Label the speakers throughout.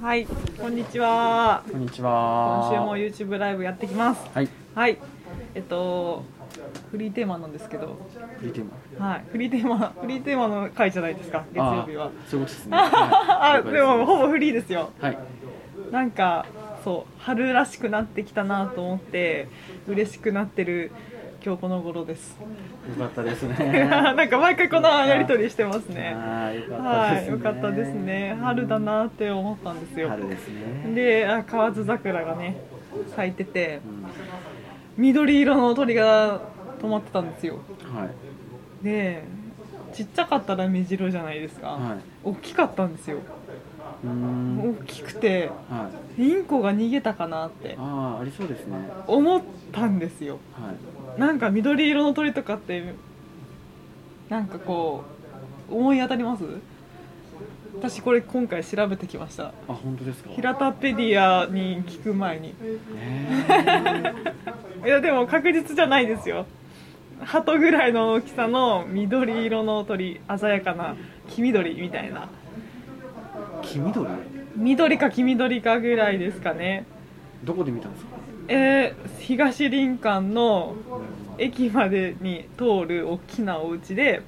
Speaker 1: はい、こんにちは。
Speaker 2: こんに
Speaker 1: 今
Speaker 2: ち
Speaker 1: 週も
Speaker 2: は。
Speaker 1: YouTube ライブやってきます。
Speaker 2: はい。
Speaker 1: はい、えっと、フリーテーマなんですけど、
Speaker 2: フリーテーマ。
Speaker 1: はい、フリーテーマ、フリーテーマの回じゃないですか、月曜日は。
Speaker 2: あーそういうことですね。
Speaker 1: あ
Speaker 2: はい
Speaker 1: でも、ほぼフリーですよ。
Speaker 2: はい。
Speaker 1: なんか、そう、春らしくなってきたなと思って、嬉しくなってる。今日この頃です。
Speaker 2: よかったですね。
Speaker 1: なんか毎回このやりとりしてますね。
Speaker 2: ああ、よかった
Speaker 1: は
Speaker 2: です
Speaker 1: い、
Speaker 2: ね。
Speaker 1: よかったですね。春だ。なって思ったんですよ。
Speaker 2: 春ですね。
Speaker 1: であ河津桜がね咲いてて
Speaker 2: うん
Speaker 1: 緑色の鳥が止まってたんですよ
Speaker 2: はい。
Speaker 1: でちっちゃかったら目白じゃないですか、
Speaker 2: はい
Speaker 1: 大きかったんですよ
Speaker 2: うーん。はい。
Speaker 1: 大きくて
Speaker 2: あ
Speaker 1: インコが逃げたかなって
Speaker 2: あー、ありそうですね。は
Speaker 1: 思ったんですよなんか緑色の鳥とかってなんかこう思い当たります私これ今回調べてきました
Speaker 2: い。あ、本当ですか。
Speaker 1: 平田ペディアに聞く前に
Speaker 2: ね
Speaker 1: いやでも確実じゃないですよ鳩ぐらいの大きさの緑色の鳥鮮やかな黄緑みたいな
Speaker 2: え。黄緑。
Speaker 1: 緑か黄緑かぐらいですかね
Speaker 2: どこで見たんですか。
Speaker 1: えー東林間の駅までに通る大きなお家で
Speaker 2: はい。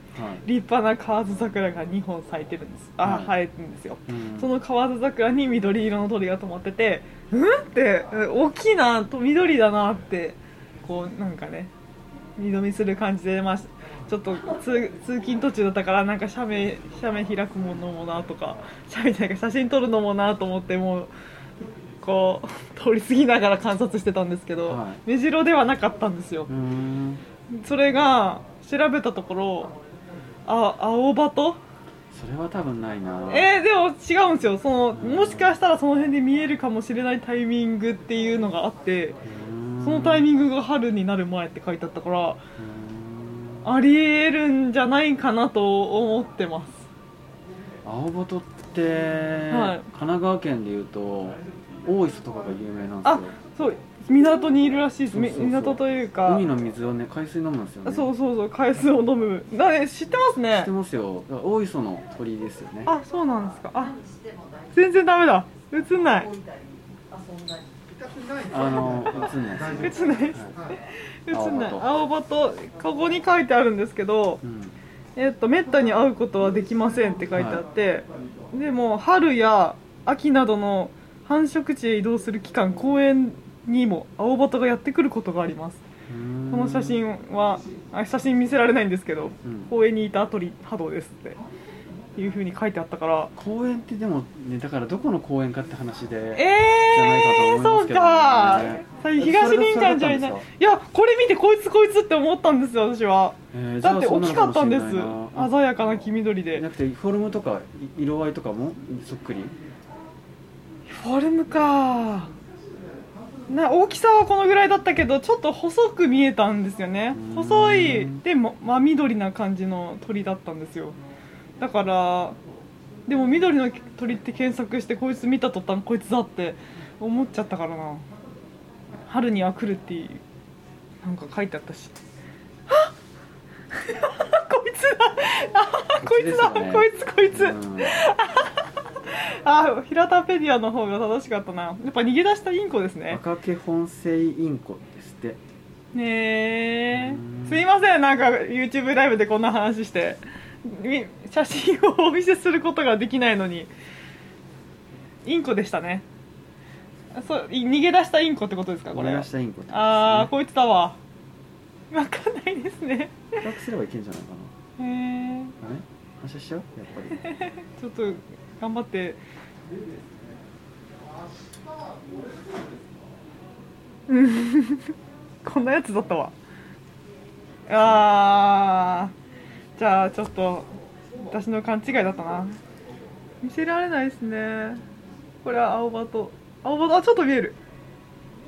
Speaker 1: 立派な河津桜が2本咲いてるんですあ、
Speaker 2: うん
Speaker 1: 生えてるんですよ
Speaker 2: うん
Speaker 1: その河津桜に緑色の鳥が止まっててうんってうん大きいなと緑だなってこうなんかね二度見する感じで、まあ、ちょっと通通勤途中だったからなんか写メ写メ開くものもなとか写メじゃないか写真撮るのもなと思ってもうこう通り過ぎながら観察してたんですけど、
Speaker 2: はい
Speaker 1: 目白ではなかったんですよ
Speaker 2: うーん。
Speaker 1: それが調べたところあ青葉と
Speaker 2: それは多分ないな。
Speaker 1: えー、でも違うんですよそのもしかしたらその辺で見えるかもしれないタイミングっていうのがあって
Speaker 2: うーん。
Speaker 1: そのタイ
Speaker 2: ミ
Speaker 1: ミングが春になる前って書いてあったから
Speaker 2: ング。
Speaker 1: ありえるんじゃないかなと思ってます
Speaker 2: 青ボトって、
Speaker 1: はい
Speaker 2: 神奈川県でいうと大磯とかが有名なん
Speaker 1: あ
Speaker 2: で
Speaker 1: そう港にいるらしいですみ
Speaker 2: そうそうそう
Speaker 1: 港という
Speaker 2: すよ
Speaker 1: か
Speaker 2: 海の水をね海水飲むんですよね
Speaker 1: そうそうそう海水を飲むだ、ね、知ってます
Speaker 2: 知っ
Speaker 1: ね
Speaker 2: てますよだから大磯の鳥居ですよね
Speaker 1: あそうなんですかあ全然ダメだ映んない
Speaker 2: あの映んないで す
Speaker 1: 映
Speaker 2: ね
Speaker 1: んないです
Speaker 2: はい
Speaker 1: 映んない
Speaker 2: 青葉と
Speaker 1: 青葉とここに書いてあるんですけど
Speaker 2: うん
Speaker 1: えっと、めったに会うことはできませんって書いてあって、でも春や秋などの繁殖地へ移動する期間公園にも青バトがやってくることがあります
Speaker 2: うー ん
Speaker 1: この写真はあ写真見せられないんですけど、
Speaker 2: うん
Speaker 1: 公園にいた鳥波動ですっていうふうに書いてあったから
Speaker 2: 公園ってでもねだからどこの公園かって話で
Speaker 1: えー、
Speaker 2: じゃないかと思いま
Speaker 1: そ
Speaker 2: す
Speaker 1: う
Speaker 2: けど
Speaker 1: か
Speaker 2: ね
Speaker 1: さ東林間じゃいない
Speaker 2: それだったんですか
Speaker 1: いやこれ見てこいつこいつって思ったんですよ私は
Speaker 2: えーじゃあ
Speaker 1: だって大きかったんです
Speaker 2: そうなのかもしれないな
Speaker 1: 鮮やかな黄緑で
Speaker 2: じゃなくてフォルムとかい色合いとかもそっくり
Speaker 1: フォルムかな大きさはこのぐらいだったけどちょっと細く見えたんですよね
Speaker 2: うん
Speaker 1: 細いでも真緑な感じの鳥だったんですよだからでも緑の鳥って検索してこいつ見た途端こいつだって思っちゃったからな春には来るっていうなんか書いてあった しあっ こいつだあこいつだ、
Speaker 2: こいつですよね
Speaker 1: こいつこいつ、
Speaker 2: うん
Speaker 1: あ平田ペディアの方が正しかったなやっぱ逃げ出したインコですね
Speaker 2: 赤毛本性インコですって
Speaker 1: ねえ
Speaker 2: うん
Speaker 1: すいませんなんか YouTube ライブでこんな話してみ写真をお見せすることができないのにインコでしたねそうい逃げ出したインコってことですかこ
Speaker 2: こ
Speaker 1: れ
Speaker 2: れ
Speaker 1: は
Speaker 2: がしたインコってことですね
Speaker 1: ああこいつだわわかんないですね
Speaker 2: 比較すればいけんじゃないかな
Speaker 1: へえ
Speaker 2: あれ反射しちゃうや っぱり
Speaker 1: ちょっと頑張って。うん こんなやつだったわ。あーじゃあちょっと私の勘違いだったな。見せられないですね。これは青葉と青葉とあちょっと見える。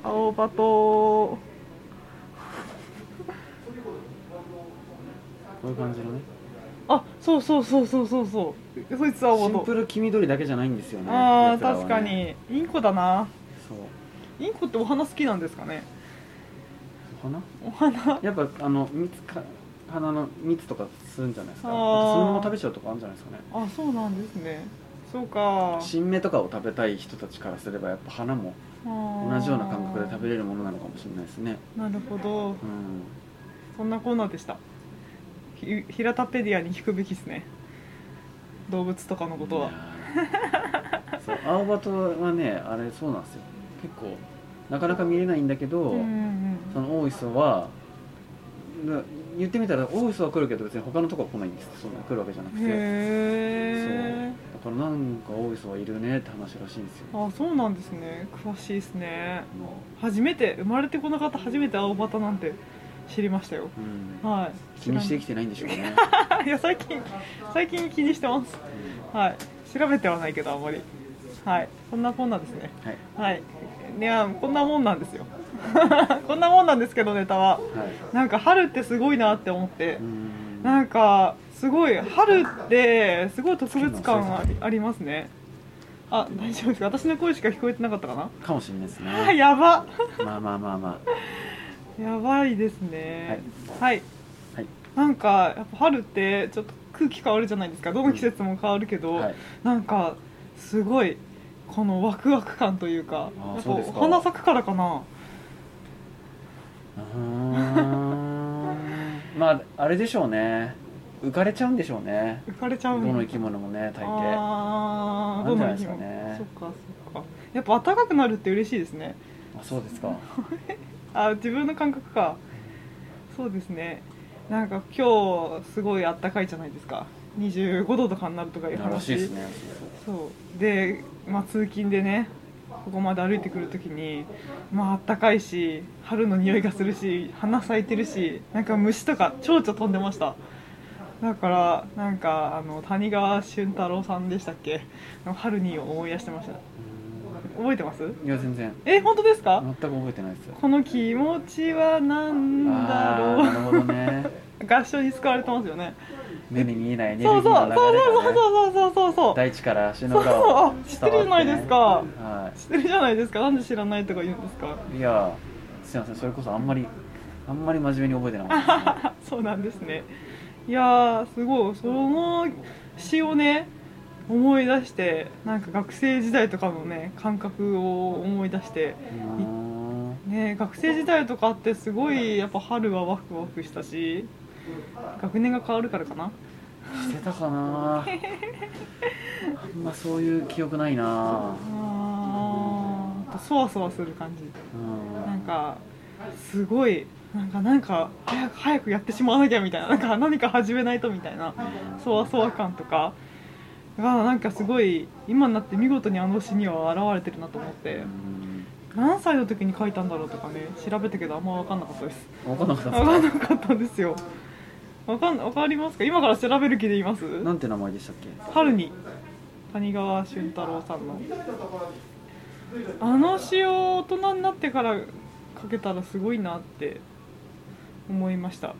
Speaker 1: 青葉と
Speaker 2: こういう感じのね
Speaker 1: あそうそうそうそうそうそう。そいつ青葉
Speaker 2: シンプ
Speaker 1: と。
Speaker 2: ル黄緑だけじゃないんですよね
Speaker 1: ああ
Speaker 2: やつらはね
Speaker 1: 確かにインコだな。
Speaker 2: そう
Speaker 1: インコってお花好きなんですかね。
Speaker 2: お花
Speaker 1: お花
Speaker 2: やっぱあの蜜か花の蜜とかするんじゃないですか
Speaker 1: あー
Speaker 2: あとそのまま食べちゃうとかあるんじゃないですかね
Speaker 1: あそうなんですねそうか
Speaker 2: 新芽とかを食べたい人たちからすればやっぱ花も同
Speaker 1: 同
Speaker 2: じような感覚で食べれるものなのかもしれないですね
Speaker 1: なるほど
Speaker 2: うん
Speaker 1: そんなコーナーでしたひ平田ペディアに聞くべきですね動物とかのことはい
Speaker 2: やーそう青葉とはねあれそうなんですよ結構なかなか見れないんだけど、
Speaker 1: うんうん
Speaker 2: その大磯はな言ってみたら大磯は来るけど別に他のとこは来ないんですそんな来るわけじゃなく
Speaker 1: うん
Speaker 2: て
Speaker 1: へえ
Speaker 2: だからなんか大磯はいるねって話らしいんですよ
Speaker 1: あそうなんですね詳しいですね
Speaker 2: も
Speaker 1: 初めて生まれてこなかった初めて青バタなんて知りましたよ
Speaker 2: う、うん、
Speaker 1: はい
Speaker 2: 気にして生きてないんでしょう ね、
Speaker 1: いや最近最近気にしてます
Speaker 2: うん
Speaker 1: はい調べてはないけどあんまりはいそんなこんなですね
Speaker 2: は
Speaker 1: は
Speaker 2: い
Speaker 1: いいやこんなもんなんですよ こんなもんなんですけどネタは
Speaker 2: はい
Speaker 1: なんか春ってすごいなって思って
Speaker 2: うん
Speaker 1: なんかすごい春ってすごい特別感がありますねあ大丈夫ですか私の声しか聞こえてなかったかな
Speaker 2: かもしれないですね
Speaker 1: あやば
Speaker 2: まあまあまあま
Speaker 1: やばいですねはい、
Speaker 2: はい
Speaker 1: なんかやっぱ春ってちょっと空気変わるじゃないですかどの季節も変わるけ
Speaker 2: あ
Speaker 1: ど、
Speaker 2: はい
Speaker 1: なんかすごいこのワクワク感というか
Speaker 2: あー
Speaker 1: やっぱ
Speaker 2: そうです
Speaker 1: お
Speaker 2: か
Speaker 1: 花咲くからかな
Speaker 2: うーんまああれでしょうね浮かれちゃうんでしょうね
Speaker 1: 浮かれちゃ
Speaker 2: ど
Speaker 1: う
Speaker 2: の生き物もね大抵
Speaker 1: ああ
Speaker 2: な
Speaker 1: ど
Speaker 2: んじゃ
Speaker 1: の
Speaker 2: ないで
Speaker 1: 生き
Speaker 2: すか
Speaker 1: 物
Speaker 2: ね
Speaker 1: そっかそっかやっぱ暖かくなるって嬉しいですね
Speaker 2: あそうですか
Speaker 1: あ自分の感覚かそうですねなんか今日すごい暖かいじゃないですか25度とかになるとかいう話
Speaker 2: らしいですね
Speaker 1: そうで、まあ、通勤でねここまで歩いてくるときにまああったかいし春の匂いがするし花咲いてるしなんか虫とか蝶々飛んでましただからなんかあの谷川俊太郎さんでしたっけあの春にを思い出してました覚えてます
Speaker 2: いや全然
Speaker 1: え本当ですか
Speaker 2: 全く覚えてないです
Speaker 1: この気持ちは何だ
Speaker 2: ああーなる
Speaker 1: ろ
Speaker 2: ほどね
Speaker 1: う合唱に使われてますよね
Speaker 2: 目に見えないエネルギ
Speaker 1: そう
Speaker 2: ー
Speaker 1: そう
Speaker 2: の
Speaker 1: そう
Speaker 2: 流れ
Speaker 1: そう
Speaker 2: がね
Speaker 1: そうそうそうそう
Speaker 2: 大地から足
Speaker 1: そ
Speaker 2: の
Speaker 1: うそう
Speaker 2: 裏を
Speaker 1: あ知ってるじゃないですか
Speaker 2: 伝わってね
Speaker 1: 知ってるじゃないですかなんで知らないとか言うんですか
Speaker 2: はいいやすいませんそれこそあんまりあんまり真面目に覚えて なかったで
Speaker 1: あそうなんですねいやーすごいその詩をね思い出してなんか学生時代とかのね感覚を思い出して
Speaker 2: すねうーん
Speaker 1: ね学生時代とかってすごいやっぱ春はワクワクしたし学年が変わるからかな
Speaker 2: してたかなあ んまそういう記憶ないな
Speaker 1: あーあとそわそわする感じ
Speaker 2: うん
Speaker 1: なんかすごいなんかなんか早く早くやってしまわなきゃみたいななんか何か始めないとみたいなそわそわ感とかがなんかすごい今になって見事にあの詩には現れてるなと思っ
Speaker 2: う
Speaker 1: て
Speaker 2: ん
Speaker 1: 何歳の時に書いたんだろうとかね調べたけどあんま分かんなかったです
Speaker 2: 分かんなかった
Speaker 1: 分
Speaker 2: です
Speaker 1: かんなかったんですよ分かんわかりますか今から調べる気でいます
Speaker 2: なんて名前でしたっけ
Speaker 1: 春に谷川俊太郎さんのあの詩を大人になってから書けたらすごいなって思いました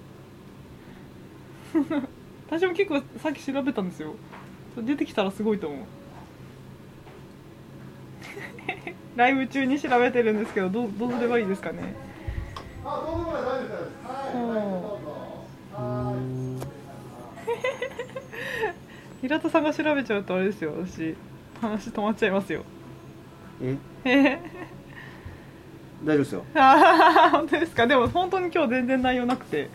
Speaker 1: 私も結構さっき調べたんですよ出てきたらすごいと思う ライブ中に調べてるんですけどどうどうすればいいですかねそう
Speaker 2: うん
Speaker 1: 平田さんが調べちゃうとあれですよ私話止まっちゃいますよ
Speaker 2: え
Speaker 1: えー
Speaker 2: 大丈夫で すよ
Speaker 1: あー本当ですかでも本当に今日全然内容なくて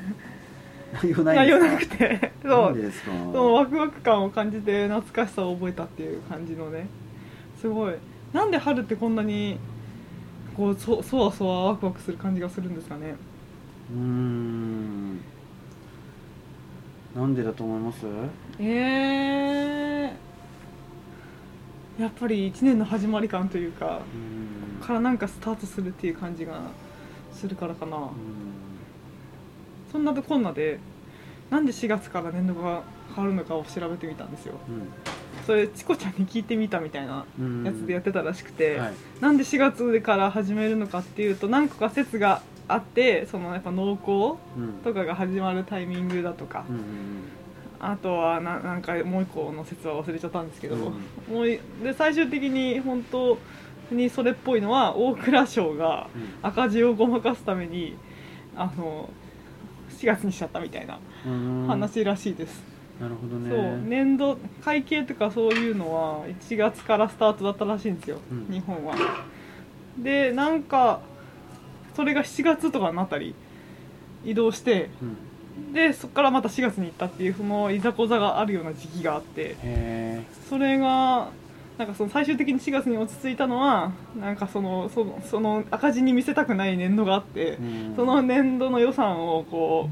Speaker 2: 内容ない
Speaker 1: 内
Speaker 2: で
Speaker 1: 容
Speaker 2: す
Speaker 1: なくてそ
Speaker 2: なんで
Speaker 1: う
Speaker 2: ですか
Speaker 1: そのワクワク感を感じて懐かしさを覚えたっていう感じのねすごいなんで春ってこんなにこうそそわそわワクワクする感じがするんですかね
Speaker 2: うーんなんでだと思います
Speaker 1: えー、やっぱり一年の始まり感というか
Speaker 2: うーん
Speaker 1: からなんかスタートするっていう感じがするからかな、
Speaker 2: うーん
Speaker 1: そんなとこんなでなんで4月から年度が変わるのかを調べてみたんですよそれチコちゃんに聞いてみたみたいな
Speaker 2: うんうん
Speaker 1: やつでやってたらしくて、
Speaker 2: はい
Speaker 1: なんで4月から始めるのかっていうと何個か説があってそのやっぱ農耕
Speaker 2: うん
Speaker 1: とかが始まるタイミングだとか、
Speaker 2: うんうん
Speaker 1: あとはななんかもう一個の説は忘れちゃったんですけど、
Speaker 2: うん
Speaker 1: もういで最終的に本当にそれっぽいのは大蔵省が
Speaker 2: う
Speaker 1: 赤字をごまかすためにあの4月にしちゃったみたいな。
Speaker 2: んうん
Speaker 1: 話らしいです、
Speaker 2: うなるほどね
Speaker 1: そう年度会計とかそういうのは1月からスタートだったらしいんですよ、
Speaker 2: うん
Speaker 1: 日本はでなんかそれが7月とかになったり移動して
Speaker 2: うん、
Speaker 1: でそこからまた4月に行ったっていうそのいざこざがあるような時期があって
Speaker 2: へ
Speaker 1: それがなんかその最終的に4月に落ち着いたのはなんかそのそのその赤字に見せたくない年度があって
Speaker 2: え、うん
Speaker 1: その年度の予算をこ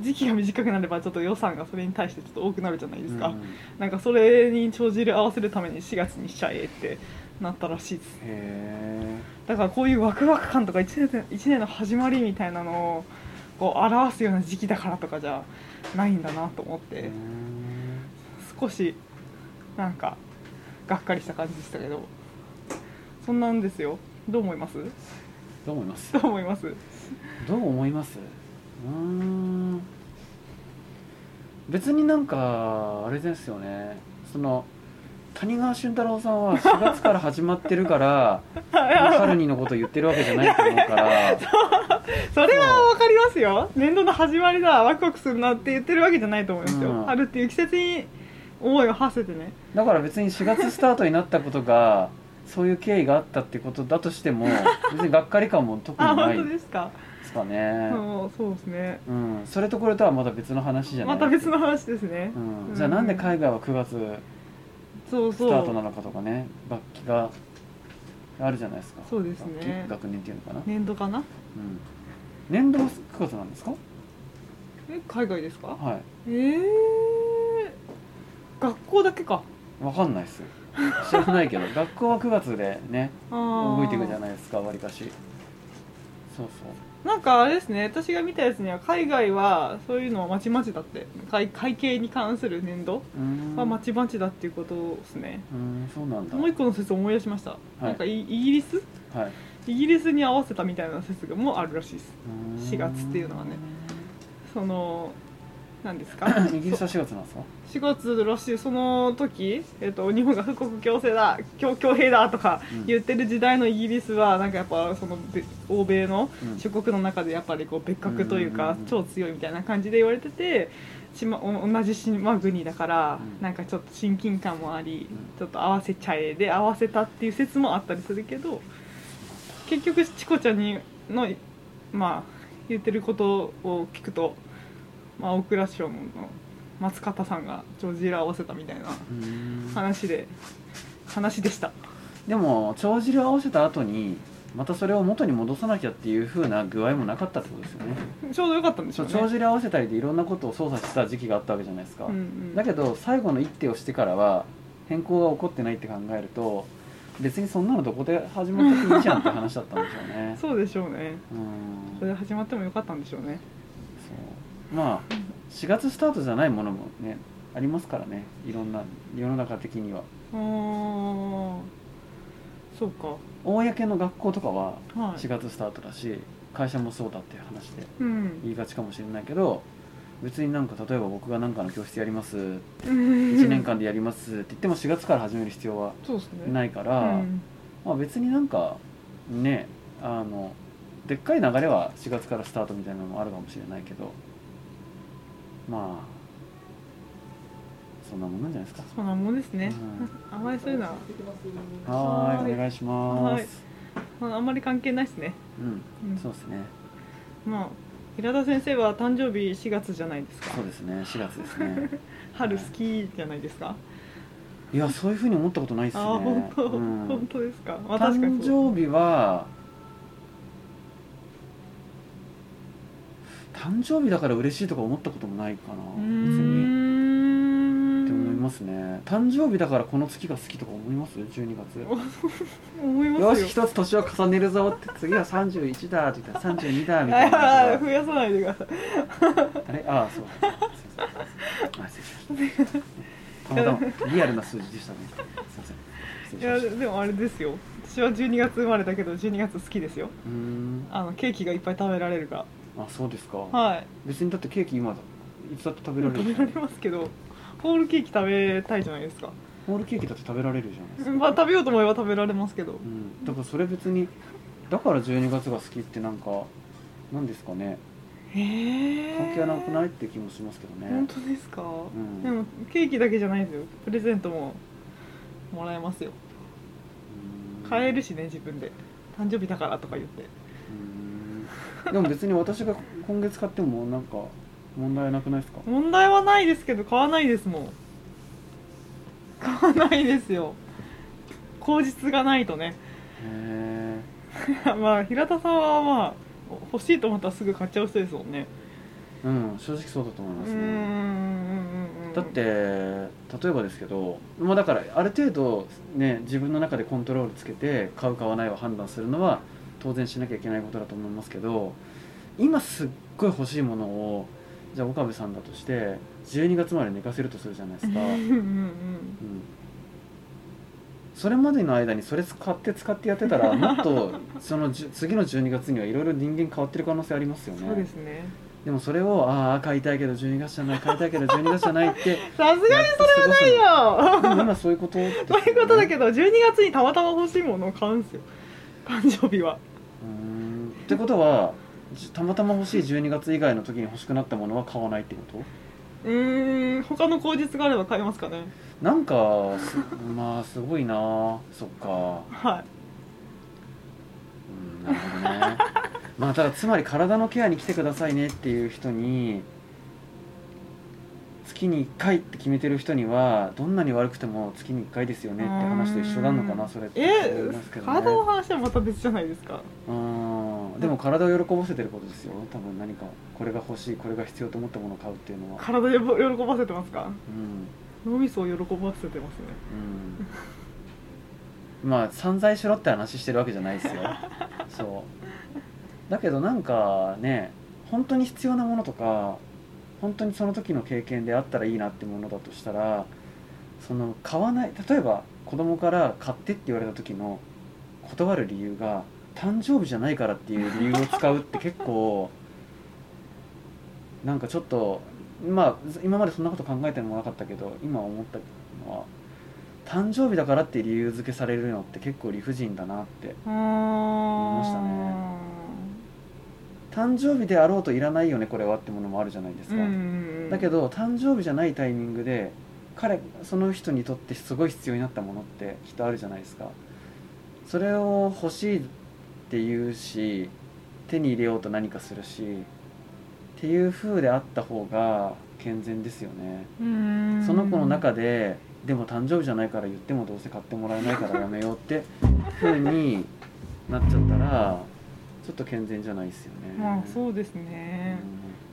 Speaker 1: う時期が短くなればちょっと予算がそれに対してちょっと多くなるじゃないですか、
Speaker 2: うんへ
Speaker 1: なんかそれに帳尻合わせるために4月にしちゃえってなったらしいです
Speaker 2: え
Speaker 1: だからこういうワクワク感とか1年一年の始まりみたいなのをこう表すような時期だからとかじゃないんだなと思って少しなんかがっかりした感じでしたけどそんなんですよどう思います
Speaker 2: どう思います
Speaker 1: どう思います
Speaker 2: どう思いますうーん別になんかあれですよねその谷川俊太郎さんは4月から始まってるから春にのこと言ってるわけじゃないと思うから
Speaker 1: それはわかりますよ年度の始まりだワクワクするなって言ってるわけじゃないと思いますよ、
Speaker 2: うん
Speaker 1: 春っていう季節に思いを馳せてね
Speaker 2: だから別に4月スタートになったことがそういう経緯があったってことだとしても別にがっかり感も特
Speaker 1: あ
Speaker 2: にな
Speaker 1: 本
Speaker 2: い
Speaker 1: 当
Speaker 2: で
Speaker 1: ですか
Speaker 2: すかね。
Speaker 1: うんそうですね
Speaker 2: うん、それとこれとはまた別の話じゃない
Speaker 1: また別の話ですね、
Speaker 2: うん、じゃあなんで海外は9月
Speaker 1: そう
Speaker 2: スタ
Speaker 1: そう
Speaker 2: ートなのかとかね楽器があるじゃないですか
Speaker 1: そうですね
Speaker 2: 楽器学年っていうのかな、
Speaker 1: 年度かな
Speaker 2: うん、年度は9月なんですか
Speaker 1: え海外ですか
Speaker 2: は
Speaker 1: えー、学校だけか
Speaker 2: いわかんないっす知らない けど学校は9月でね動
Speaker 1: 動
Speaker 2: いていくじゃ
Speaker 1: い
Speaker 2: ないですかわりかしそう
Speaker 1: なんかあれですね私が見たやつには海外はそういうのはまちまちだって会会計に関する年度
Speaker 2: そううーん
Speaker 1: はまちまちだっていうことですね、
Speaker 2: うーんそうなんだ
Speaker 1: もう一個の説思い出しました、
Speaker 2: い
Speaker 1: なんかイイギリス
Speaker 2: はい
Speaker 1: イギリスに合わせたみたいな説がもうあるらしいです
Speaker 2: うーん
Speaker 1: 4月っていうのはねその何ですか
Speaker 2: イギリスは4月なんですか
Speaker 1: 4月らしいその時、えっと日本が富国強制だ強強兵だとか
Speaker 2: うん
Speaker 1: 言ってる時代のイギリスはなんかやっぱそのべ欧米の
Speaker 2: うん
Speaker 1: 諸国の中でやっぱりこう別格という
Speaker 2: う
Speaker 1: か
Speaker 2: ん
Speaker 1: 超強いみたいな感じで言われてて島お同じ島国だから
Speaker 2: うん
Speaker 1: なんかちょっと親近感もあり
Speaker 2: うん
Speaker 1: ちょっと合わせちゃえで合わせたっていう説もあったりするけど結局チコちゃんにのまあ言ってることを聞くと、まあ、大倉省の松方さんがジョージラ合わせたみたいな
Speaker 2: うーん
Speaker 1: 話で話でした
Speaker 2: でも帳尻を合わせた後にまたそれを元に戻さなきゃっていう風な具合もなかったってことですよね
Speaker 1: ちょうどよかったんでし
Speaker 2: そ
Speaker 1: ょ
Speaker 2: う
Speaker 1: うね
Speaker 2: 帳尻合わせたりでいろんなことを操作してた時期があったわけじゃないですか、
Speaker 1: うんうん、
Speaker 2: だけど最後の一手をしてからは変更が起こってないって考えると別にそんなのどこで始まったっていいじゃんって話だったんでしょうね
Speaker 1: そうでしょうね
Speaker 2: う
Speaker 1: それ
Speaker 2: ん
Speaker 1: で始まってもよかったんでしょうね
Speaker 2: そうまあ4月スタートじゃないものもねありますからねいろんな世の中的には
Speaker 1: あーそうか
Speaker 2: 公の学校とかは
Speaker 1: はい
Speaker 2: 4月スタートだし、会社もそうだっていう話で
Speaker 1: うん
Speaker 2: 言いがちかもしれないけど別になんか例えば僕が何かの教室やります1
Speaker 1: 1
Speaker 2: 年間でやりますって言っても4月から始める必要は
Speaker 1: そうですね
Speaker 2: ないから、
Speaker 1: うん
Speaker 2: まあ、別になんかねあのでっかい流れは4月からスタートみたいなのもあるかもしれないけどまあそんなもんなんじゃないですか。
Speaker 1: そんなもんですね、あんまりそういうのは
Speaker 2: うん、は
Speaker 1: は
Speaker 2: ー
Speaker 1: ー
Speaker 2: い
Speaker 1: い
Speaker 2: お願いします。
Speaker 1: ああんまり関係ないですね
Speaker 2: うん、そうですね。
Speaker 1: まあ平田先生は誕生日4月じゃないですか
Speaker 2: そうですね。4月です ね。
Speaker 1: 春好きじゃないですか、
Speaker 2: いやそういう風に思ったことないですね。
Speaker 1: ああ本当、
Speaker 2: うん
Speaker 1: 本当ですか、まあ、確か
Speaker 2: 誕
Speaker 1: にそう
Speaker 2: 生日は誕生日だから嬉しいとか思ったこともないかな
Speaker 1: うー
Speaker 2: 別に
Speaker 1: ん
Speaker 2: って思いますね誕生日だからこの月が好きとか思います12月
Speaker 1: お思い
Speaker 2: よ
Speaker 1: ます
Speaker 2: し
Speaker 1: よ
Speaker 2: 一つ年を重ねるぞって次は31だって言ったら32だみた い
Speaker 1: あ
Speaker 2: な
Speaker 1: ー増やさないでください
Speaker 2: あれああそうあ失礼しましたたまたまリアルな数字でしたねすいません失
Speaker 1: いや
Speaker 2: 礼しました
Speaker 1: でもあれですよ私は12月生まれだけど12月好きですよ
Speaker 2: うーん
Speaker 1: あのケーキがいっぱい食べられるか
Speaker 2: あそうですから
Speaker 1: はい
Speaker 2: 別にだってケーキ今だいつだって食べられる
Speaker 1: 食べられますけどホールケーキ食べたいじゃないですか
Speaker 2: ホールケーキだって食べられるじゃないですか、
Speaker 1: まあ食べようと思えば食べられますけど
Speaker 2: うん、だからそれ別にだから12月が好きってなんかなんですかね
Speaker 1: へえ
Speaker 2: 関係はなくないって気もしますけど
Speaker 1: 本
Speaker 2: ね
Speaker 1: 当ですか、
Speaker 2: ん
Speaker 1: でもケーキだけじゃないですよプレゼントももらえますよ
Speaker 2: うん
Speaker 1: 買えるしね自分で誕生日だからとか言って
Speaker 2: うんでも別に私が今月買ってもなんか問題なくないですか
Speaker 1: 問題はないですけど買わないですもん買わないですよ口実がないとね
Speaker 2: へ
Speaker 1: まあ平田さんはまあ欲しいと思ったらすぐ買っちゃう人ですもんね
Speaker 2: えうん正直そうだと思いうま
Speaker 1: ー
Speaker 2: す
Speaker 1: んう
Speaker 2: ね
Speaker 1: んうんうん
Speaker 2: だって例えばですけどまあだからある程度ね自分の中でコントロールつけて買う買わないを判断するのは当然しなきゃいけないことだと思いますけど今すっごい欲しいものをじゃあ岡部さんだとして12月まで寝かせるとするじゃないですか、う
Speaker 1: うん
Speaker 2: ん、
Speaker 1: うんうん
Speaker 2: それまでの間にそれ使って使ってやって たらもっとそのじゅ次の12月にはいろいろ人間変わってる可能性ありますよね
Speaker 1: そうですね
Speaker 2: でもそれをああ買いたいけど12月じゃない買いたいけど12月じゃないって
Speaker 1: さすが
Speaker 2: にそれはない
Speaker 1: よ
Speaker 2: でも今そういうことですよね
Speaker 1: そういうことだけど12月にたまたま欲しいものを買うんですよ誕生日は
Speaker 2: うーんってことはじたまたま欲しい12月以外の時に欲しくなったものは買わないってこと
Speaker 1: うーん他の口実があれば買えますかね
Speaker 2: なんかす まあすごいなそっか
Speaker 1: は
Speaker 2: うんなるほどねまあただつまり体のケアに来てくださいねっていう人に月に1回って決めてる人にはどんなに悪くても月に1回ですよねって話と一緒なのかなそれっ
Speaker 1: い
Speaker 2: て思い
Speaker 1: え
Speaker 2: ますけどね
Speaker 1: 体の話はまた別じゃないですか
Speaker 2: うんでも体を喜ばせてることですよ多分何かこれが欲しいこれが必要と思ったものを買うっていうのは
Speaker 1: 体を喜ばせてますか
Speaker 2: うん
Speaker 1: 脳みそを喜ばせてますね
Speaker 2: うん、まあ散財しろって話してるわけじゃない ですよそうだけどなんかね本当に必要なものとか本当にその時の経験であったらいいなってものだとしたらその買わない例えば子供から買ってって言われた時の断る理由が誕生日じゃないからっていう理由を使うって結構なんかちょっとまあ今までそんなこと考えてもなかったけど今思ったのは誕生日だからって理由付けされるのって結構理不尽だなって
Speaker 1: あ
Speaker 2: ましたね誕生日であろうといらないよねこれはってものもあるじゃないですか、
Speaker 1: ね
Speaker 2: だけど誕生日じゃないタイミングで彼その人にとってすごい必要になったものってきっとあるじゃないですかそれを欲しいって言うし手に入れようと何かするしっていう風であった方が健全ですよねそ
Speaker 1: そ
Speaker 2: の子の中ででも誕生日じゃないから言ってもどうせ買ってもらえないからやめようって風になっちゃったらちょっと健全じゃないですよね。
Speaker 1: まあそうですね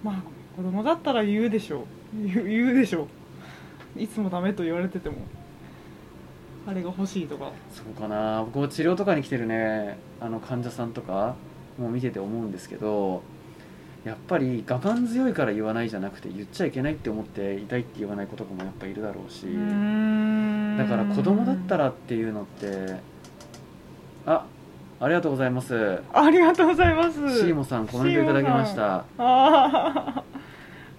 Speaker 1: まあ子供だったら言うでしょう言う言うでしょういつもダメと言われててもあれが欲しいとか
Speaker 2: そうかな僕も治療とかに来てるねあの患者さんとかも見てて思うんですけどやっぱり我慢強いから言わないじゃなくて言っちゃいけないって思って痛いって言わない子とかもやっぱいるだろうしだ
Speaker 1: だ
Speaker 2: から子供だったらっていうのってあありがとうございます
Speaker 1: ありがとうございます
Speaker 2: シーモさんコメントいただきました
Speaker 1: あ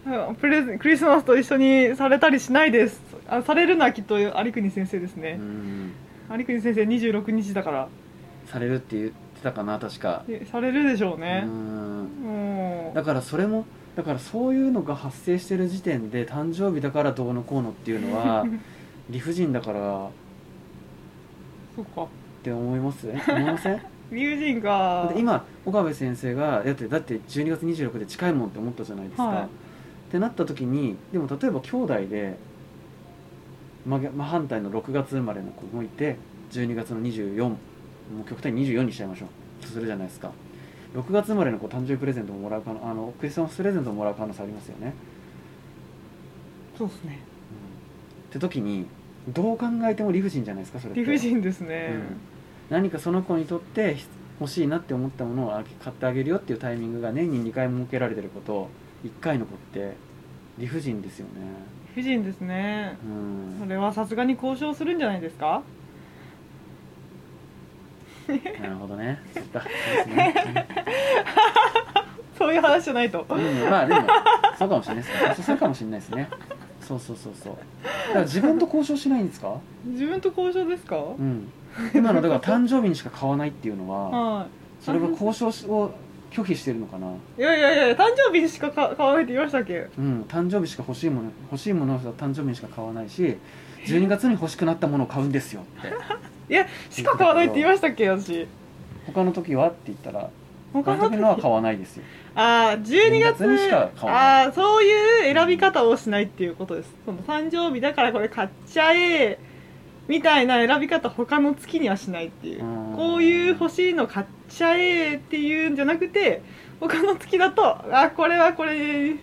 Speaker 1: ー プレゼクリスマスと一緒にされたりしないですあされるのはきっと有国先生です
Speaker 2: う
Speaker 1: ね
Speaker 2: ん
Speaker 1: 有国先生26日だから
Speaker 2: されるって言ってたかな確か、
Speaker 1: えされるでしょう
Speaker 2: う
Speaker 1: ね
Speaker 2: ん
Speaker 1: もう
Speaker 2: だからそれもだからそういうのが発生してる時点で誕生日だからどうのこうのっていうの は理不尽だからっ
Speaker 1: そっか
Speaker 2: て思います思いません
Speaker 1: 友人
Speaker 2: だっ
Speaker 1: が
Speaker 2: て今岡部先生がだってだって12月26日で近いもんって思ったじゃないですか、
Speaker 1: はい
Speaker 2: ってなった時にでも例えば兄弟で真逆真反対の6月生まれの子もいて12月の24もう極端に24にしちゃいましょうとするじゃないですか6月生まれの子誕生日プレゼントももらうかあのクリスマスプレゼントももらう可能性ありますよね、
Speaker 1: そうですね
Speaker 2: って時にどう考えても理不尽じゃないですかそれって
Speaker 1: 理不尽ですね、
Speaker 2: 何かその子にとって欲しいなって思ったものをあげ買ってあげるよっていうタイミングが年に2回設けられてること1回の子って理不尽ですよね
Speaker 1: 理不尽ですね
Speaker 2: う
Speaker 1: そ
Speaker 2: ん
Speaker 1: れはさすがに交渉するんじゃないですか
Speaker 2: なるほどねそうだそうですね、
Speaker 1: そういう話じゃないと
Speaker 2: うん、まあでもそうかもしれないですねそうそうかもしれないですねそうそうそうそうだから自分と交渉しないんですか
Speaker 1: 自分と交渉ですか、
Speaker 2: うん今のだから誕生日にしか買わないっていうのは
Speaker 1: は
Speaker 2: それが交渉を拒否してるのかない
Speaker 1: やいやいや誕生日しかか買わないって言いましたっけ
Speaker 2: うん誕生日しか欲しいもの欲しいものは誕生日にしか買わないし12月に欲しくなったものを買うんですよって
Speaker 1: いやしか買わないって言いましたっけ私
Speaker 2: 他の時はって言ったら他
Speaker 1: 他
Speaker 2: の
Speaker 1: の
Speaker 2: 時
Speaker 1: 時
Speaker 2: のは買わないですよ
Speaker 1: ああ12
Speaker 2: 12月
Speaker 1: 月
Speaker 2: にしか買わな
Speaker 1: ああそういう選び方をしないっていうことですその誕生日だからこれ買っちゃえみたいな選び方他の月にはしないっていう
Speaker 2: うん
Speaker 1: こういう欲しいの買っちゃえっていうんじゃなくて他の月だとあこれはこれ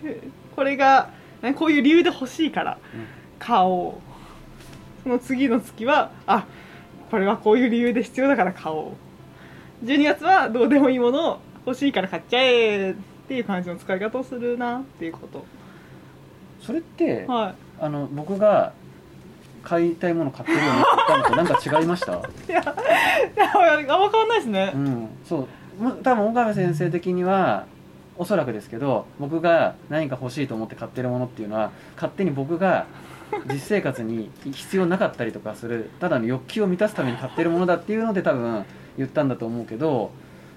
Speaker 1: これがねこういう理由で欲しいから
Speaker 2: うん
Speaker 1: 買おうその次の月はあこれはこういう理由で必要だから買おう12月はどうでもいいものを欲しいから買っちゃえっていう感じの使い方をするなっていうこと
Speaker 2: それって
Speaker 1: は
Speaker 2: あの僕が買いたいもの買ってるよねって言ったのとなんか違いました
Speaker 1: いあんま変わんないですね
Speaker 2: うん、そうむ多分岡部先生的にはおそらくですけど僕が何か欲しいと思って買ってるものっていうのは勝手に僕が実生活に必要なかったりとかするただの欲求を満たすために買ってるものだっていうので多分言ったんだと思うけど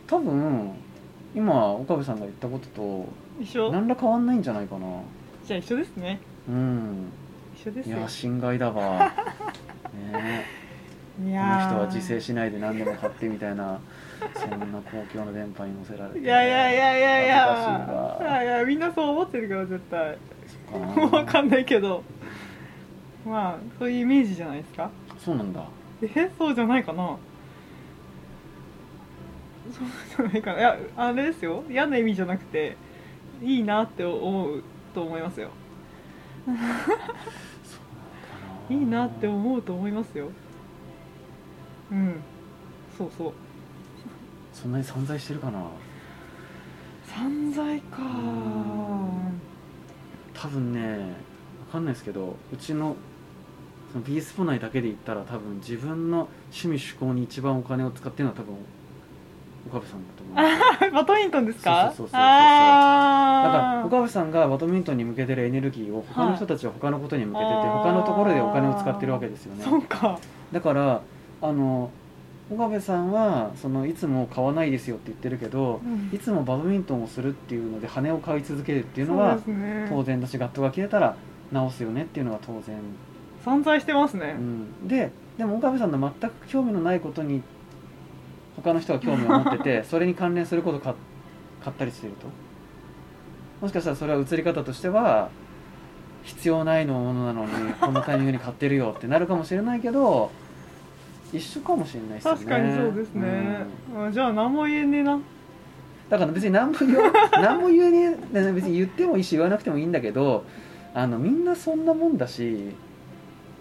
Speaker 2: 多分今岡部さんが言ったこと
Speaker 1: 一
Speaker 2: と
Speaker 1: 緒
Speaker 2: 何ら変わんないんじゃないかな
Speaker 1: じゃあ一緒ですね
Speaker 2: うん
Speaker 1: 一緒です
Speaker 2: い
Speaker 1: よ
Speaker 2: や心外だわねえ
Speaker 1: い
Speaker 2: この人は自制
Speaker 1: 制
Speaker 2: しないで何でも買ってみたいなそんな公共の電波に乗せられて
Speaker 1: いやいやいやいやい
Speaker 2: 恥ずかしいわ
Speaker 1: やいやいやみんなそう思ってるから絶対
Speaker 2: そっか
Speaker 1: もうわかんないけどまあそういうイメージじゃないですか
Speaker 2: そうなんだ
Speaker 1: えそうじゃないかなそうじゃないかないやあれですよ嫌な意味じゃなくていいなって思うと思いますよ
Speaker 2: そう
Speaker 1: い
Speaker 2: ない
Speaker 1: な
Speaker 2: のか
Speaker 1: って思うと思いますようんそうそう
Speaker 2: そんなに散財してるかな
Speaker 1: 散財か
Speaker 2: うん多分ねわかんないですけどうちのそのビースポ内だけで言ったら多分自分の趣味趣向に一番お金を使ってるのは多分岡部さんだと思う
Speaker 1: バドミントンですか
Speaker 2: そうそうそうそうそうだから
Speaker 1: あー
Speaker 2: 岡部さんがバドミントンに向けてるエネルギーを他の人たちは他のことに向けてて、
Speaker 1: はい
Speaker 2: 他のところでお金を使ってるわけですよね
Speaker 1: そうか
Speaker 2: だからあの岡部さんはそのいつも買わないですよって言ってるけど
Speaker 1: うん
Speaker 2: いつもバドミントンをするっていうので羽を買い続けるっていう
Speaker 1: そ
Speaker 2: の
Speaker 1: う
Speaker 2: は
Speaker 1: ですね
Speaker 2: 当然だしガットが切れたら直すよねっていうのが当然、
Speaker 1: 散財してます
Speaker 2: う
Speaker 1: ね
Speaker 2: ん、ででも岡部さんの全く興味のないことに他の人が興味を持って てそれに関連することを買買ったりしてるともしかしたらそれは移り方としては必要ないのものなのにこんなタイミングに買ってるよってなるかもしれないけど一緒かもしれないですよね
Speaker 1: 確かにそうですね
Speaker 2: ん、
Speaker 1: あじゃあ何も言えねえな
Speaker 2: だから別に何も言わ何も言うね別に言ってもいいし言わなくてもいいんだけどあのみんなそんなもんだし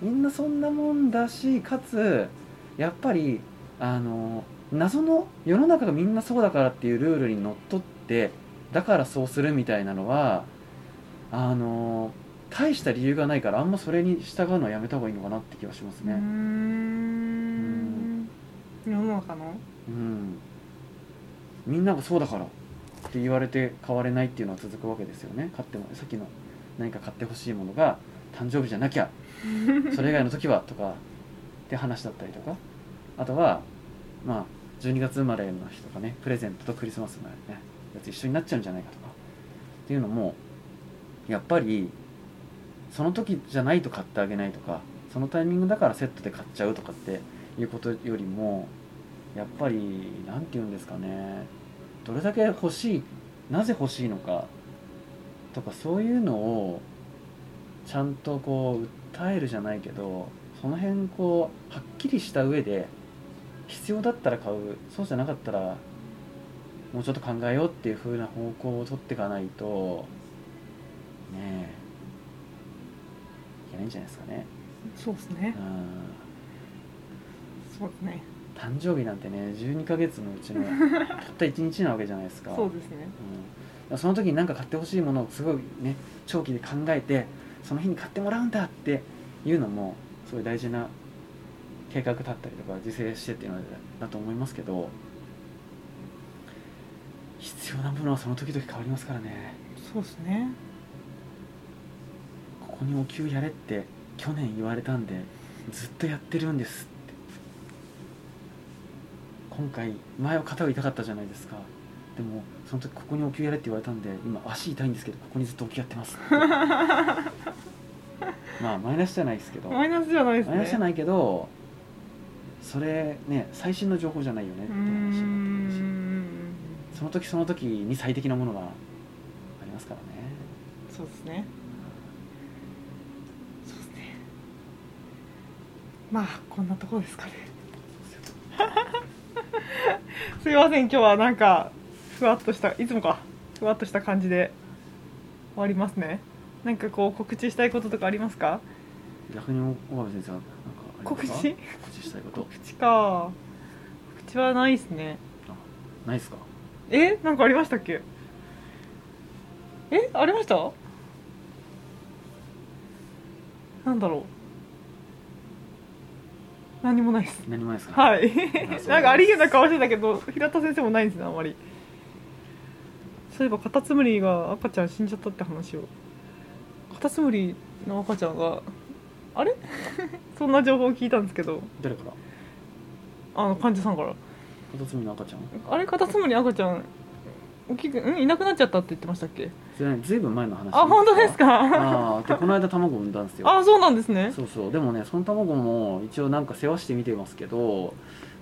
Speaker 2: みんなそんなもんだしかつやっぱりあの謎の世の中がみんなそうだからっていうルールにのっとってだからそうするみたいなのはあの大した理由がないからあんまそれに従うのはやめた方がいいのかなって気がします
Speaker 1: うー
Speaker 2: ね。
Speaker 1: ん世の中の
Speaker 2: うん、みんながそうだからって言われて変われないっていうのは続くわけですよね買ってもさっきの何か買ってほしいものが誕生日じゃなきゃそれ以外の時はとかって話だったりとかあとはまあ12月生まれの日とかねプレゼントとクリスマスのねやつ一緒になっちゃうんじゃないかとかっていうのもやっぱりその時じゃないと買ってあげないとかそのタイミングだからセットで買っちゃうとかっていうことよりもやっぱり何て言うんですかねどれだけ欲しいなぜ欲しいのかとかそういうのをちゃんとこう訴えるじゃないけどその辺こうはっきりした上で必要だったら買うそうじゃなかったらもうちょっと考えようっていう風な方向を取っていかないとねえいけないんじゃないですかね。
Speaker 1: そうです
Speaker 2: う
Speaker 1: ね
Speaker 2: ん
Speaker 1: そうですね
Speaker 2: 誕生日なんてね12ヶ月のう ちのたった1日なわけじゃないですか
Speaker 1: そうですね
Speaker 2: うん、その時に何か買ってほしいものをすごいね長期で考えてその日に買ってもらうんだっていうのもすごい大事な計画立ったりとか自制してっていうのだと思いますけど必要なものはその時々変わりますからね
Speaker 1: そうですね
Speaker 2: ここにお給やれって去年言われたんでずっとやってるんですって今回前を肩を痛かったじゃないですかでもその時ここにお灸やれって言われたんで今足痛いんですけどここにずっとお灸やってます まあマイナスじゃないですけど
Speaker 1: マイナスじゃないですね
Speaker 2: マイナスじゃないいけどそれね最新の情報じゃないよねっ
Speaker 1: う
Speaker 2: て
Speaker 1: ー
Speaker 2: 話になってくる
Speaker 1: ん
Speaker 2: しその時その時に最適なものがありますからね
Speaker 1: そうですねそうですねまあこんなところですかねすいません今日はなんかふわっとしたいつもかふわっとした感じで終わりますねなんかこう告知したいこととかありますか
Speaker 2: 逆に小上先生はなんかあ
Speaker 1: 告
Speaker 2: りますか
Speaker 1: 知
Speaker 2: 告知したいこと
Speaker 1: 告知か告知はないですね
Speaker 2: ないですか
Speaker 1: えなんかありましたっけえありましたなんだろう何もないです
Speaker 2: 何もないですか
Speaker 1: はい
Speaker 2: あそう
Speaker 1: なんかありげな顔してたけど平田先生もないんですねあんまりそういえばカタツムリが赤ちゃん死んじゃったって話をカタツムリの赤ちゃんがあれ そんな情報を聞いたんですけど
Speaker 2: 誰から
Speaker 1: あの患者さんから
Speaker 2: カタツムリの赤ちゃん
Speaker 1: あれカタツムリ赤ちゃん大きくんいなくなっちゃったって言ってましたっけ
Speaker 2: それねずいぶん前の話
Speaker 1: あ本当ですか
Speaker 2: ああでこの間卵を産んだんですよ
Speaker 1: あそうなんですね
Speaker 2: そうそうでもねその卵も一応なんか世話してみてますけど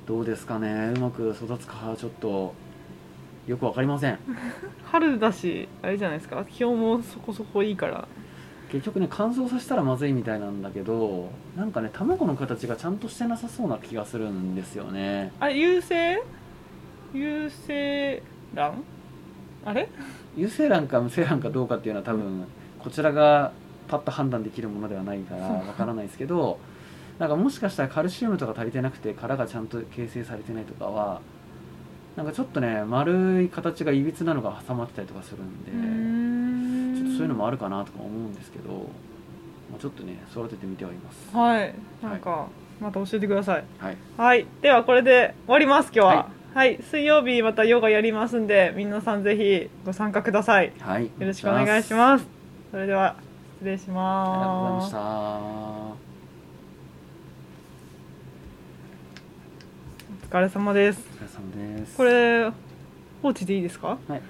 Speaker 2: どうですかねうまく育つかちょっとよくわかりません
Speaker 1: 春だしあれじゃないですか気温もそこそこいいから
Speaker 2: 結局ね乾燥させたらまずいみたいなんだけどなんかね卵の形がちゃんとしてなさそうな気がするんですよね
Speaker 1: あれ優勢優勢卵あれ
Speaker 2: 有精卵か無精卵かどうかっていうのは多分こちらがパッと判断できるものではないからわからないですけどなんかもしかしたらカルシウムとか足りてなくて殻がちゃんと形成されてないとかはなんかちょっとね丸い形がいびつなのが挟まってたりとかする
Speaker 1: うー
Speaker 2: んで
Speaker 1: ん
Speaker 2: ちょっとそういうのもあ
Speaker 1: る
Speaker 2: るかなとか思うんですけど、まあ、ちょっとね育ててみてはいます
Speaker 1: はいなんかまた教えてください
Speaker 2: はい
Speaker 1: はいではこれで終わります今日ははい、水曜日またヨガやりますんで皆さんぜひご参加ください
Speaker 2: はいよ
Speaker 1: よろしくお願いし
Speaker 2: す
Speaker 1: ます。それでは失礼し
Speaker 2: ありがとうござい
Speaker 1: ま
Speaker 2: ますし。た
Speaker 1: お疲れ様です。
Speaker 2: お疲れ様です
Speaker 1: これ放置でいいですか？
Speaker 2: はい